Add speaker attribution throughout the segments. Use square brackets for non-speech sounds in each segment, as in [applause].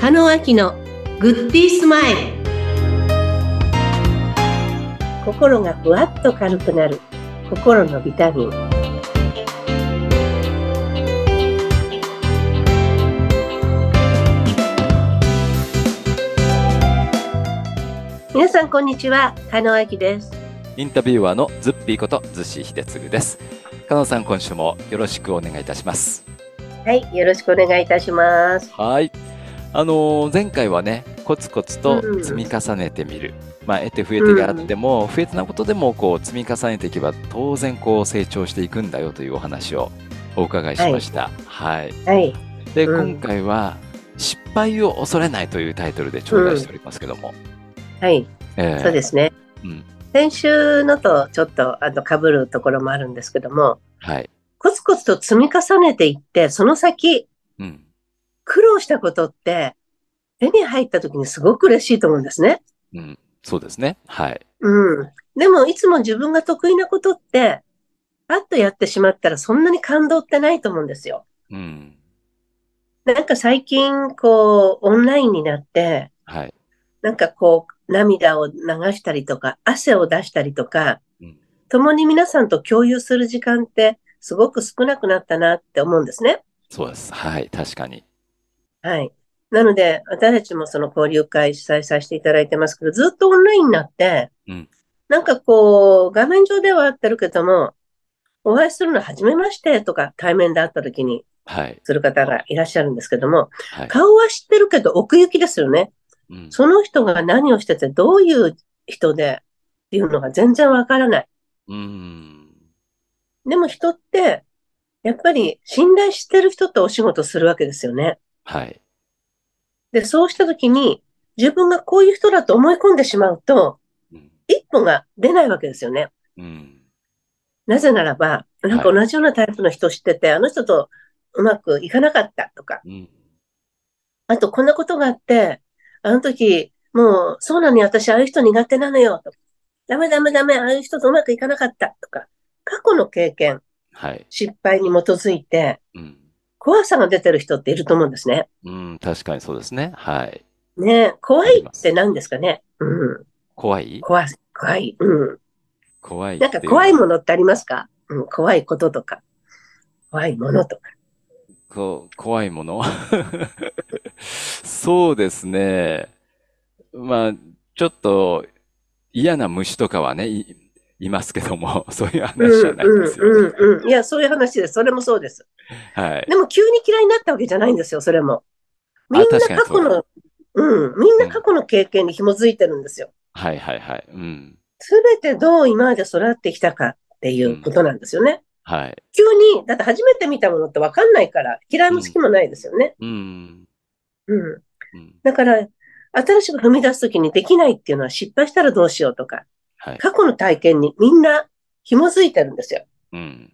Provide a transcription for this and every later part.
Speaker 1: 中野明のグッディースマイル心がふわっと軽くなる心のビタミン皆さんこんにちは加納明です
Speaker 2: インタビュアーのズッピーことズシヒデツグです。加納さん、今週もよろしくお願いいたします。
Speaker 1: はいよろしくお願いいたします
Speaker 2: はい。あのー前回はね、コツコツと
Speaker 1: うん
Speaker 2: 積み重ねてみる。まあ、得て増えてがあっても、不悦なことでもこう積み重ねていけば、当然こう成長していくんだよというお話をお伺いしました。はい。
Speaker 1: はい
Speaker 2: で、
Speaker 1: うん
Speaker 2: 今回は、失敗を恐れないというタイトルで頂戴しておりますけども。
Speaker 1: はい、
Speaker 2: ええ
Speaker 1: そうですね
Speaker 2: うん。
Speaker 1: 先週のとちょっとあの被るところもあるんですけども
Speaker 2: はい。
Speaker 1: コツコツと積み重ねていってその先
Speaker 2: うん。
Speaker 1: 苦労したことって手に入った時にすごく嬉しいと思うんですね。
Speaker 2: うん。そうですね。はい。
Speaker 1: うん。でもいつも自分が得意なことって、パッとやってしまったらそんなに感動ってないと思うんですよ。
Speaker 2: うん。
Speaker 1: なんか最近こうオンラインになって、
Speaker 2: はい。
Speaker 1: なんかこう涙を流したりとか汗を出したりとか
Speaker 2: うん、
Speaker 1: 共に皆さんと共有する時間ってすごく少なくなったなって思うんですね。
Speaker 2: そうです。はい。確かに。
Speaker 1: はい。なので、私たちもその交流会主催させていただいてますけど、ずっとオンラインになって、
Speaker 2: うん
Speaker 1: なんかこう、画面上では会ってるけども、お会いするのは初めましてとか、対面で会った時に
Speaker 2: はい。
Speaker 1: する方がいらっしゃるんですけども、
Speaker 2: はい。
Speaker 1: 顔は知ってるけど奥行きですよね。
Speaker 2: うん
Speaker 1: その人が何をしてて、どういう人でっていうのが全然わからない。
Speaker 2: うん。
Speaker 1: でも人って、やっぱり信頼してる人とお仕事するわけですよね。
Speaker 2: はい。
Speaker 1: で、そうしたときに、自分がこういう人だと思い込んでしまうと、
Speaker 2: うん。
Speaker 1: 一歩が出ないわけですよね。
Speaker 2: うん。
Speaker 1: なぜならば、なんか同じようなタイプの人知ってて、あの人とうまくいかなかったとか、
Speaker 2: うん。
Speaker 1: あとこんなことがあって、あの時、もう、そうなのよ、私ああいう人苦手なのよ、とか、ダメダメダメ、ああいう人とうまくいかなかったとか、過去の経験、
Speaker 2: はい。
Speaker 1: 失敗に基づいて、
Speaker 2: うん。
Speaker 1: 怖さが出てる人っていると思うんですね。
Speaker 2: うん。確かにそうですね。はい。
Speaker 1: ねえ怖いって何ですかねうん。
Speaker 2: 怖い
Speaker 1: 怖い、怖い。うん。
Speaker 2: 怖いって
Speaker 1: な
Speaker 2: うん
Speaker 1: か怖いものってありますか、うん、怖いこととか、怖いものとか。
Speaker 2: こ怖いもの [laughs] そうですね。まあ、ちょっと嫌な虫とかはね、い、いますけども、 [laughs] そういう
Speaker 1: うん
Speaker 2: 話じゃないんですよね。
Speaker 1: うんうんうん。いや、そういう話です。それもそうです。
Speaker 2: はい。
Speaker 1: でも急に嫌いになったわけじゃないんですよ、それも。みんな
Speaker 2: 確かに
Speaker 1: 過去の、うん、みんな過去の経験に紐づいてるんですよ。
Speaker 2: はいはいはい。うん。
Speaker 1: すべてどう今まで育ってきたかっていうことなんですよね。
Speaker 2: はい。
Speaker 1: 急に、だって初めて見たものってわかんないから、嫌いも好きもないですよね。
Speaker 2: うん。
Speaker 1: うん。
Speaker 2: うん。
Speaker 1: だから、新しく踏み出すときにできないっていうのは失敗したらどうしようとか、
Speaker 2: はい。
Speaker 1: 過去の体験にみんな紐づいてるんですよ。
Speaker 2: うん。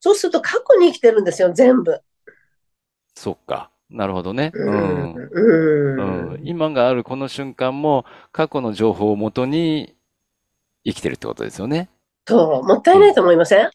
Speaker 1: そうすると過去に生きてるんですよ、全部。
Speaker 2: そっか。なるほどね。
Speaker 1: う
Speaker 2: うん。
Speaker 1: ん。
Speaker 2: うん今があるこの瞬間も過去の情報をもとに生きてるってことですよね。
Speaker 1: そう、もったいないと思いません、っ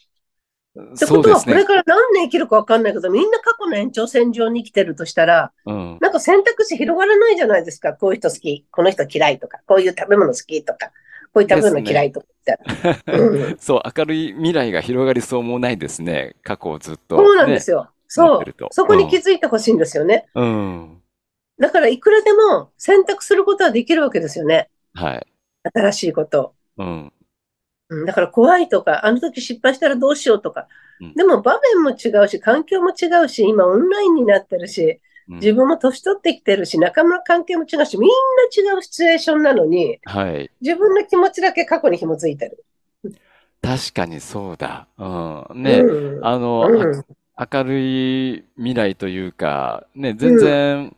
Speaker 1: て
Speaker 2: そ
Speaker 1: こ
Speaker 2: う
Speaker 1: と
Speaker 2: で
Speaker 1: は、
Speaker 2: す
Speaker 1: これ
Speaker 2: ね。
Speaker 1: から何年生きるか分かんないけど、みんな過去の延長線上に生きてるとしたら、
Speaker 2: うん。
Speaker 1: なんか選択肢広がらないじゃないですか。こういう人好き、この人嫌いとか、こういう食べ物好きとか、こういう食べ物嫌いとかって。
Speaker 2: [laughs]
Speaker 1: うん、
Speaker 2: そう、明るい未来が広がりそうもないですね。過去をずっと。
Speaker 1: そうなんですよ。
Speaker 2: 持
Speaker 1: そ
Speaker 2: ってる
Speaker 1: う
Speaker 2: と。
Speaker 1: そこに気づいてほしいんですよね。
Speaker 2: ね。うん。
Speaker 1: だから、いくらでも選択することはできるわけですよね。
Speaker 2: はい。
Speaker 1: 新しいことを。
Speaker 2: うん。
Speaker 1: うん、だから怖いとか、あの時失敗したらどうしようとか
Speaker 2: うん。
Speaker 1: でも場面も違うし、環境も違うし、今オンラインになってるし、
Speaker 2: うん
Speaker 1: 自分も年取ってきてるし、仲間の関係も違うし、みんな違うシチュエーションなのに、
Speaker 2: はい。
Speaker 1: 自分の気持ちだけ過去に紐づいてる。
Speaker 2: 確かにそうだ。うん。ね。
Speaker 1: うん
Speaker 2: あの、
Speaker 1: うん
Speaker 2: あ明るい未来というか、ね、全然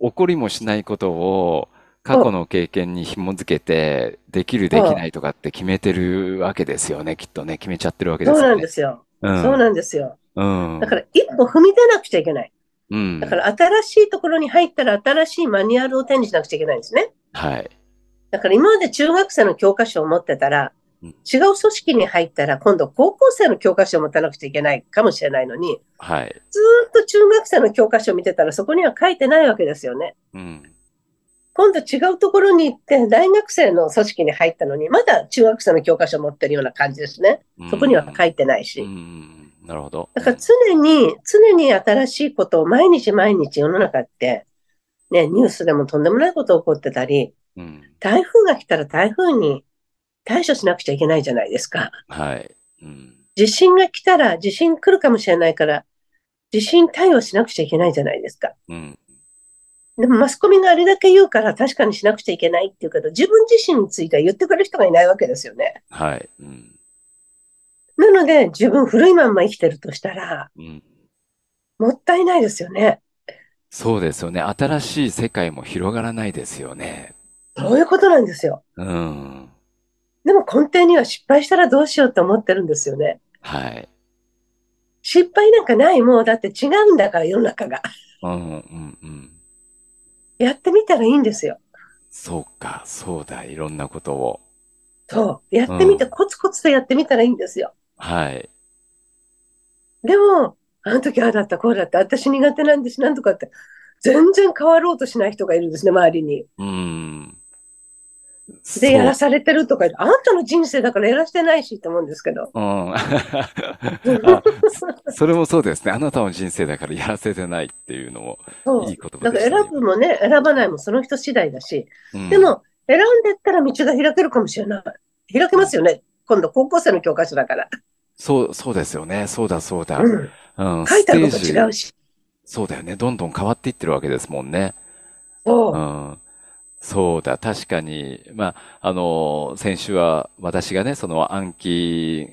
Speaker 2: 起こりもしないことを過去の経験に紐づけて、できる、できないとかって決めてるわけですよね、きっとね。決めちゃってるわけで
Speaker 1: そう
Speaker 2: すよ
Speaker 1: なん
Speaker 2: ね
Speaker 1: で。すよ。
Speaker 2: うん
Speaker 1: そうなんですよ。
Speaker 2: うん。
Speaker 1: だから一歩踏み出なくちゃいけない。
Speaker 2: うん。
Speaker 1: だから新しいところに入ったら新しいマニュアルを手にしなくちゃいけないんですね。
Speaker 2: はい。
Speaker 1: だから今まで中学生の教科書を持ってたら、
Speaker 2: うん
Speaker 1: 違う組織に入ったら今度高校生の教科書を持たなくちゃいけないかもしれないのに、
Speaker 2: はい。
Speaker 1: ずーっと中学生の教科書を見てたらそこには書いてないわけですよね。
Speaker 2: うん。
Speaker 1: 今度違うところに行って大学生の組織に入ったのに、まだ中学生の教科書を持ってるような感じですね。そこには書
Speaker 2: い
Speaker 1: いてない
Speaker 2: てう
Speaker 1: し。
Speaker 2: ん。なるほど。
Speaker 1: だから常に、常に新しいことを毎日毎日世の中って、ね、ニュースでもとんでもないこと起こってたり、
Speaker 2: うん。
Speaker 1: 台風が来たら台風に対処しなくちゃいけないじゃないですか。
Speaker 2: はい。うん。
Speaker 1: 地震が来たら、地震来るかもしれないから、地震対応しなくちゃいけないじゃないですか。
Speaker 2: うん。
Speaker 1: でもマスコミがあれだけ言うから確かにしなくちゃいけないっていうけど、自分自身については言ってくれる人がいないわけですよね。
Speaker 2: はい。うん。
Speaker 1: なので、自分古いまんま生きてるとしたら、
Speaker 2: うん。
Speaker 1: もったいないですよね。
Speaker 2: そうですよね。新しい世界も広がらないですよね。
Speaker 1: そういうことなんですよ。
Speaker 2: うん。
Speaker 1: でも根底には失敗したらどうしようと思ってるんですよね。
Speaker 2: はい。
Speaker 1: 失敗なんかない、もうだって違うんだから世の中が。
Speaker 2: うん、うん、うん。
Speaker 1: やってみたらいいんですよ。
Speaker 2: そうか、そうだ、いろんなことを。
Speaker 1: そう。やってみて、
Speaker 2: うん
Speaker 1: コツコツとやってみたらいいんですよ。
Speaker 2: はい。
Speaker 1: でも、あの時ああだった、こうだった、私苦手なんです、なんとかって、全然変わろうとしない人がいるんですね、周りに。
Speaker 2: うん。そう
Speaker 1: で、やらされてるとか言うあんたの人生だからやらせてないしと思うんですけど。 [laughs]
Speaker 2: うん [laughs] あそれもそうですね。あなたの人生だからやらせてないっていうのも
Speaker 1: そう
Speaker 2: いい言葉
Speaker 1: だか
Speaker 2: で
Speaker 1: ら
Speaker 2: すね。
Speaker 1: 選ぶもね、選ばないもその人次第だし、
Speaker 2: うん
Speaker 1: でも、選んでったら道が開けるかもしれない。開けますよね。今度、高校生の教科書だから。
Speaker 2: そう、そうですよね。そうだ、そうだ。
Speaker 1: うん。
Speaker 2: うん、
Speaker 1: 書いてあること
Speaker 2: ステージ
Speaker 1: 違うし。
Speaker 2: そうだよね。どんどん変わっていってるわけですもんね。
Speaker 1: そうう。
Speaker 2: ん。そうだ、確かに。まあ、あの、先週は私がね、その暗記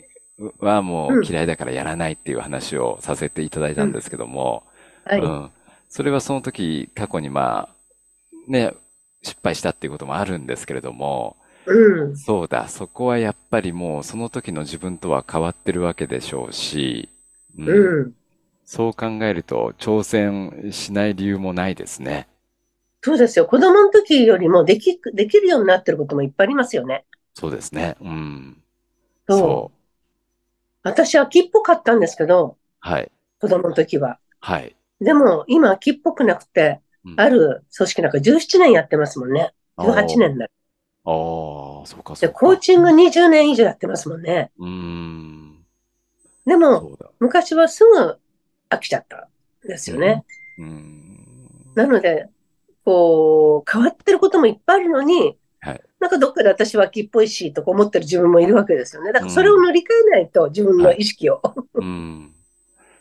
Speaker 2: はもう嫌いだからやらないっていう話をさせていただいたんですけども、
Speaker 1: はい。
Speaker 2: うん。それはその時、過去にまあ、ね、失敗したっていうこともあるんですけれども、
Speaker 1: うん。
Speaker 2: そうだ、そこはやっぱりもうその時の自分とは変わってるわけでしょうし、うん
Speaker 1: うん。
Speaker 2: そう考えると挑戦しない理由もないですね。
Speaker 1: そうですよ。子供の時よりもでき、できるようになってることもいっぱいありますよね。
Speaker 2: そうですね。うん。
Speaker 1: そう。
Speaker 2: そう。
Speaker 1: 私、秋っぽかったんですけど、
Speaker 2: はい。
Speaker 1: 子供の時は。
Speaker 2: はい。
Speaker 1: でも、今、秋っぽくなくて
Speaker 2: う、ん
Speaker 1: ある組織なんか17年やってますもんね。18年だ。
Speaker 2: あーあー、そうか、そ
Speaker 1: で、
Speaker 2: うか。
Speaker 1: コーチング20年以上やってますもんね。
Speaker 2: うーん。
Speaker 1: でも、
Speaker 2: そうだ。
Speaker 1: 昔はすぐ飽きちゃったんですよね。
Speaker 2: うーん。
Speaker 1: なので、こう、変わってることもいっぱいあるのに
Speaker 2: はい、
Speaker 1: なんかどっかで私は秋っぽいし、とか思ってる自分もいるわけですよね。だからそれを乗り換えないと、自分の意識を。
Speaker 2: うん。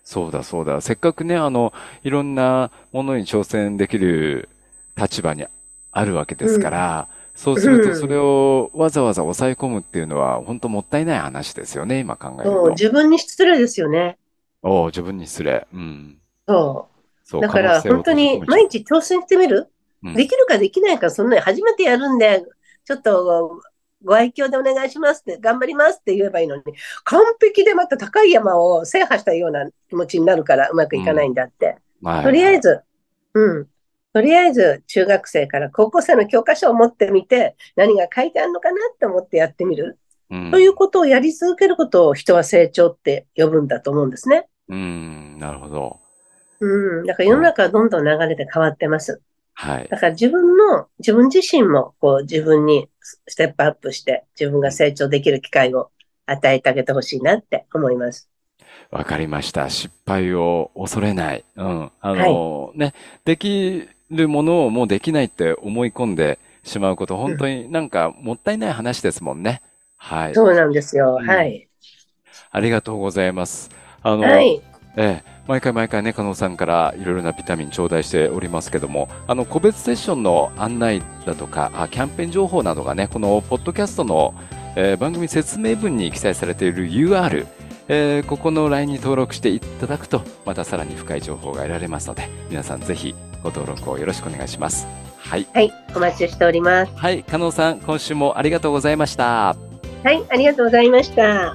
Speaker 2: そうだ、そうだ。せっかくね、あの、いろんなものに挑戦できる立場にあるわけですから、そうすると
Speaker 1: うん
Speaker 2: それをわざわざ抑え込むっていうのは、本当もったいない話ですよね、今考える
Speaker 1: そう
Speaker 2: と。
Speaker 1: 自分に失礼ですよね。
Speaker 2: おー自分に失礼。うん。
Speaker 1: そう。
Speaker 2: そう、
Speaker 1: だから
Speaker 2: 可能性を
Speaker 1: 本当に
Speaker 2: 閉じ込めちゃう
Speaker 1: 毎日挑戦してみる、
Speaker 2: うん
Speaker 1: できるかできないかそんなに初めてやるんで、ちょっとご愛嬌でお願いしますって、頑張りますって言えばいいのに、完璧でまた高い山を制覇したような気持ちになるからうまくいかないんだって。
Speaker 2: はい
Speaker 1: とりあえず、うん。とりあえず中学生から高校生の教科書を持ってみて、何が書いてあるのかなって思ってやってみる。
Speaker 2: うん
Speaker 1: ということをやり続けることを人は成長って呼ぶんだと思うんですね。
Speaker 2: うん、なるほど。
Speaker 1: うん。だから世の中はどんどん流れで変わってます。
Speaker 2: はい。
Speaker 1: だから自分の、自分自身も、こう自分にステップアップして、自分が成長できる機会を与えてあげてほしいなって思います。
Speaker 2: わかりました。失敗を恐れない。うん。あの、ね、できるものをもうできないって思い込んでしまうこと、本当になんかもったいない話ですもんね。はい。
Speaker 1: そうなんですよ。
Speaker 2: うん
Speaker 1: はい。
Speaker 2: ありがとうございます。あの、
Speaker 1: は
Speaker 2: え
Speaker 1: い。
Speaker 2: え、毎回毎回ね、加納さんからいろいろなビタミン頂戴しておりますけども、あの、個別セッションの案内だとか、あ、キャンペーン情報などがね、このポッドキャストの、えー番組説明文に記載されている UR、えーここの LINE に登録していただくと、またさらに深い情報が得られますので、皆さんぜひご登録をよろしくお願いします。はい。
Speaker 1: はい。お待ちしております。
Speaker 2: はい、加納さん、今週もありがとうございました。
Speaker 1: はい。ありがとうございました。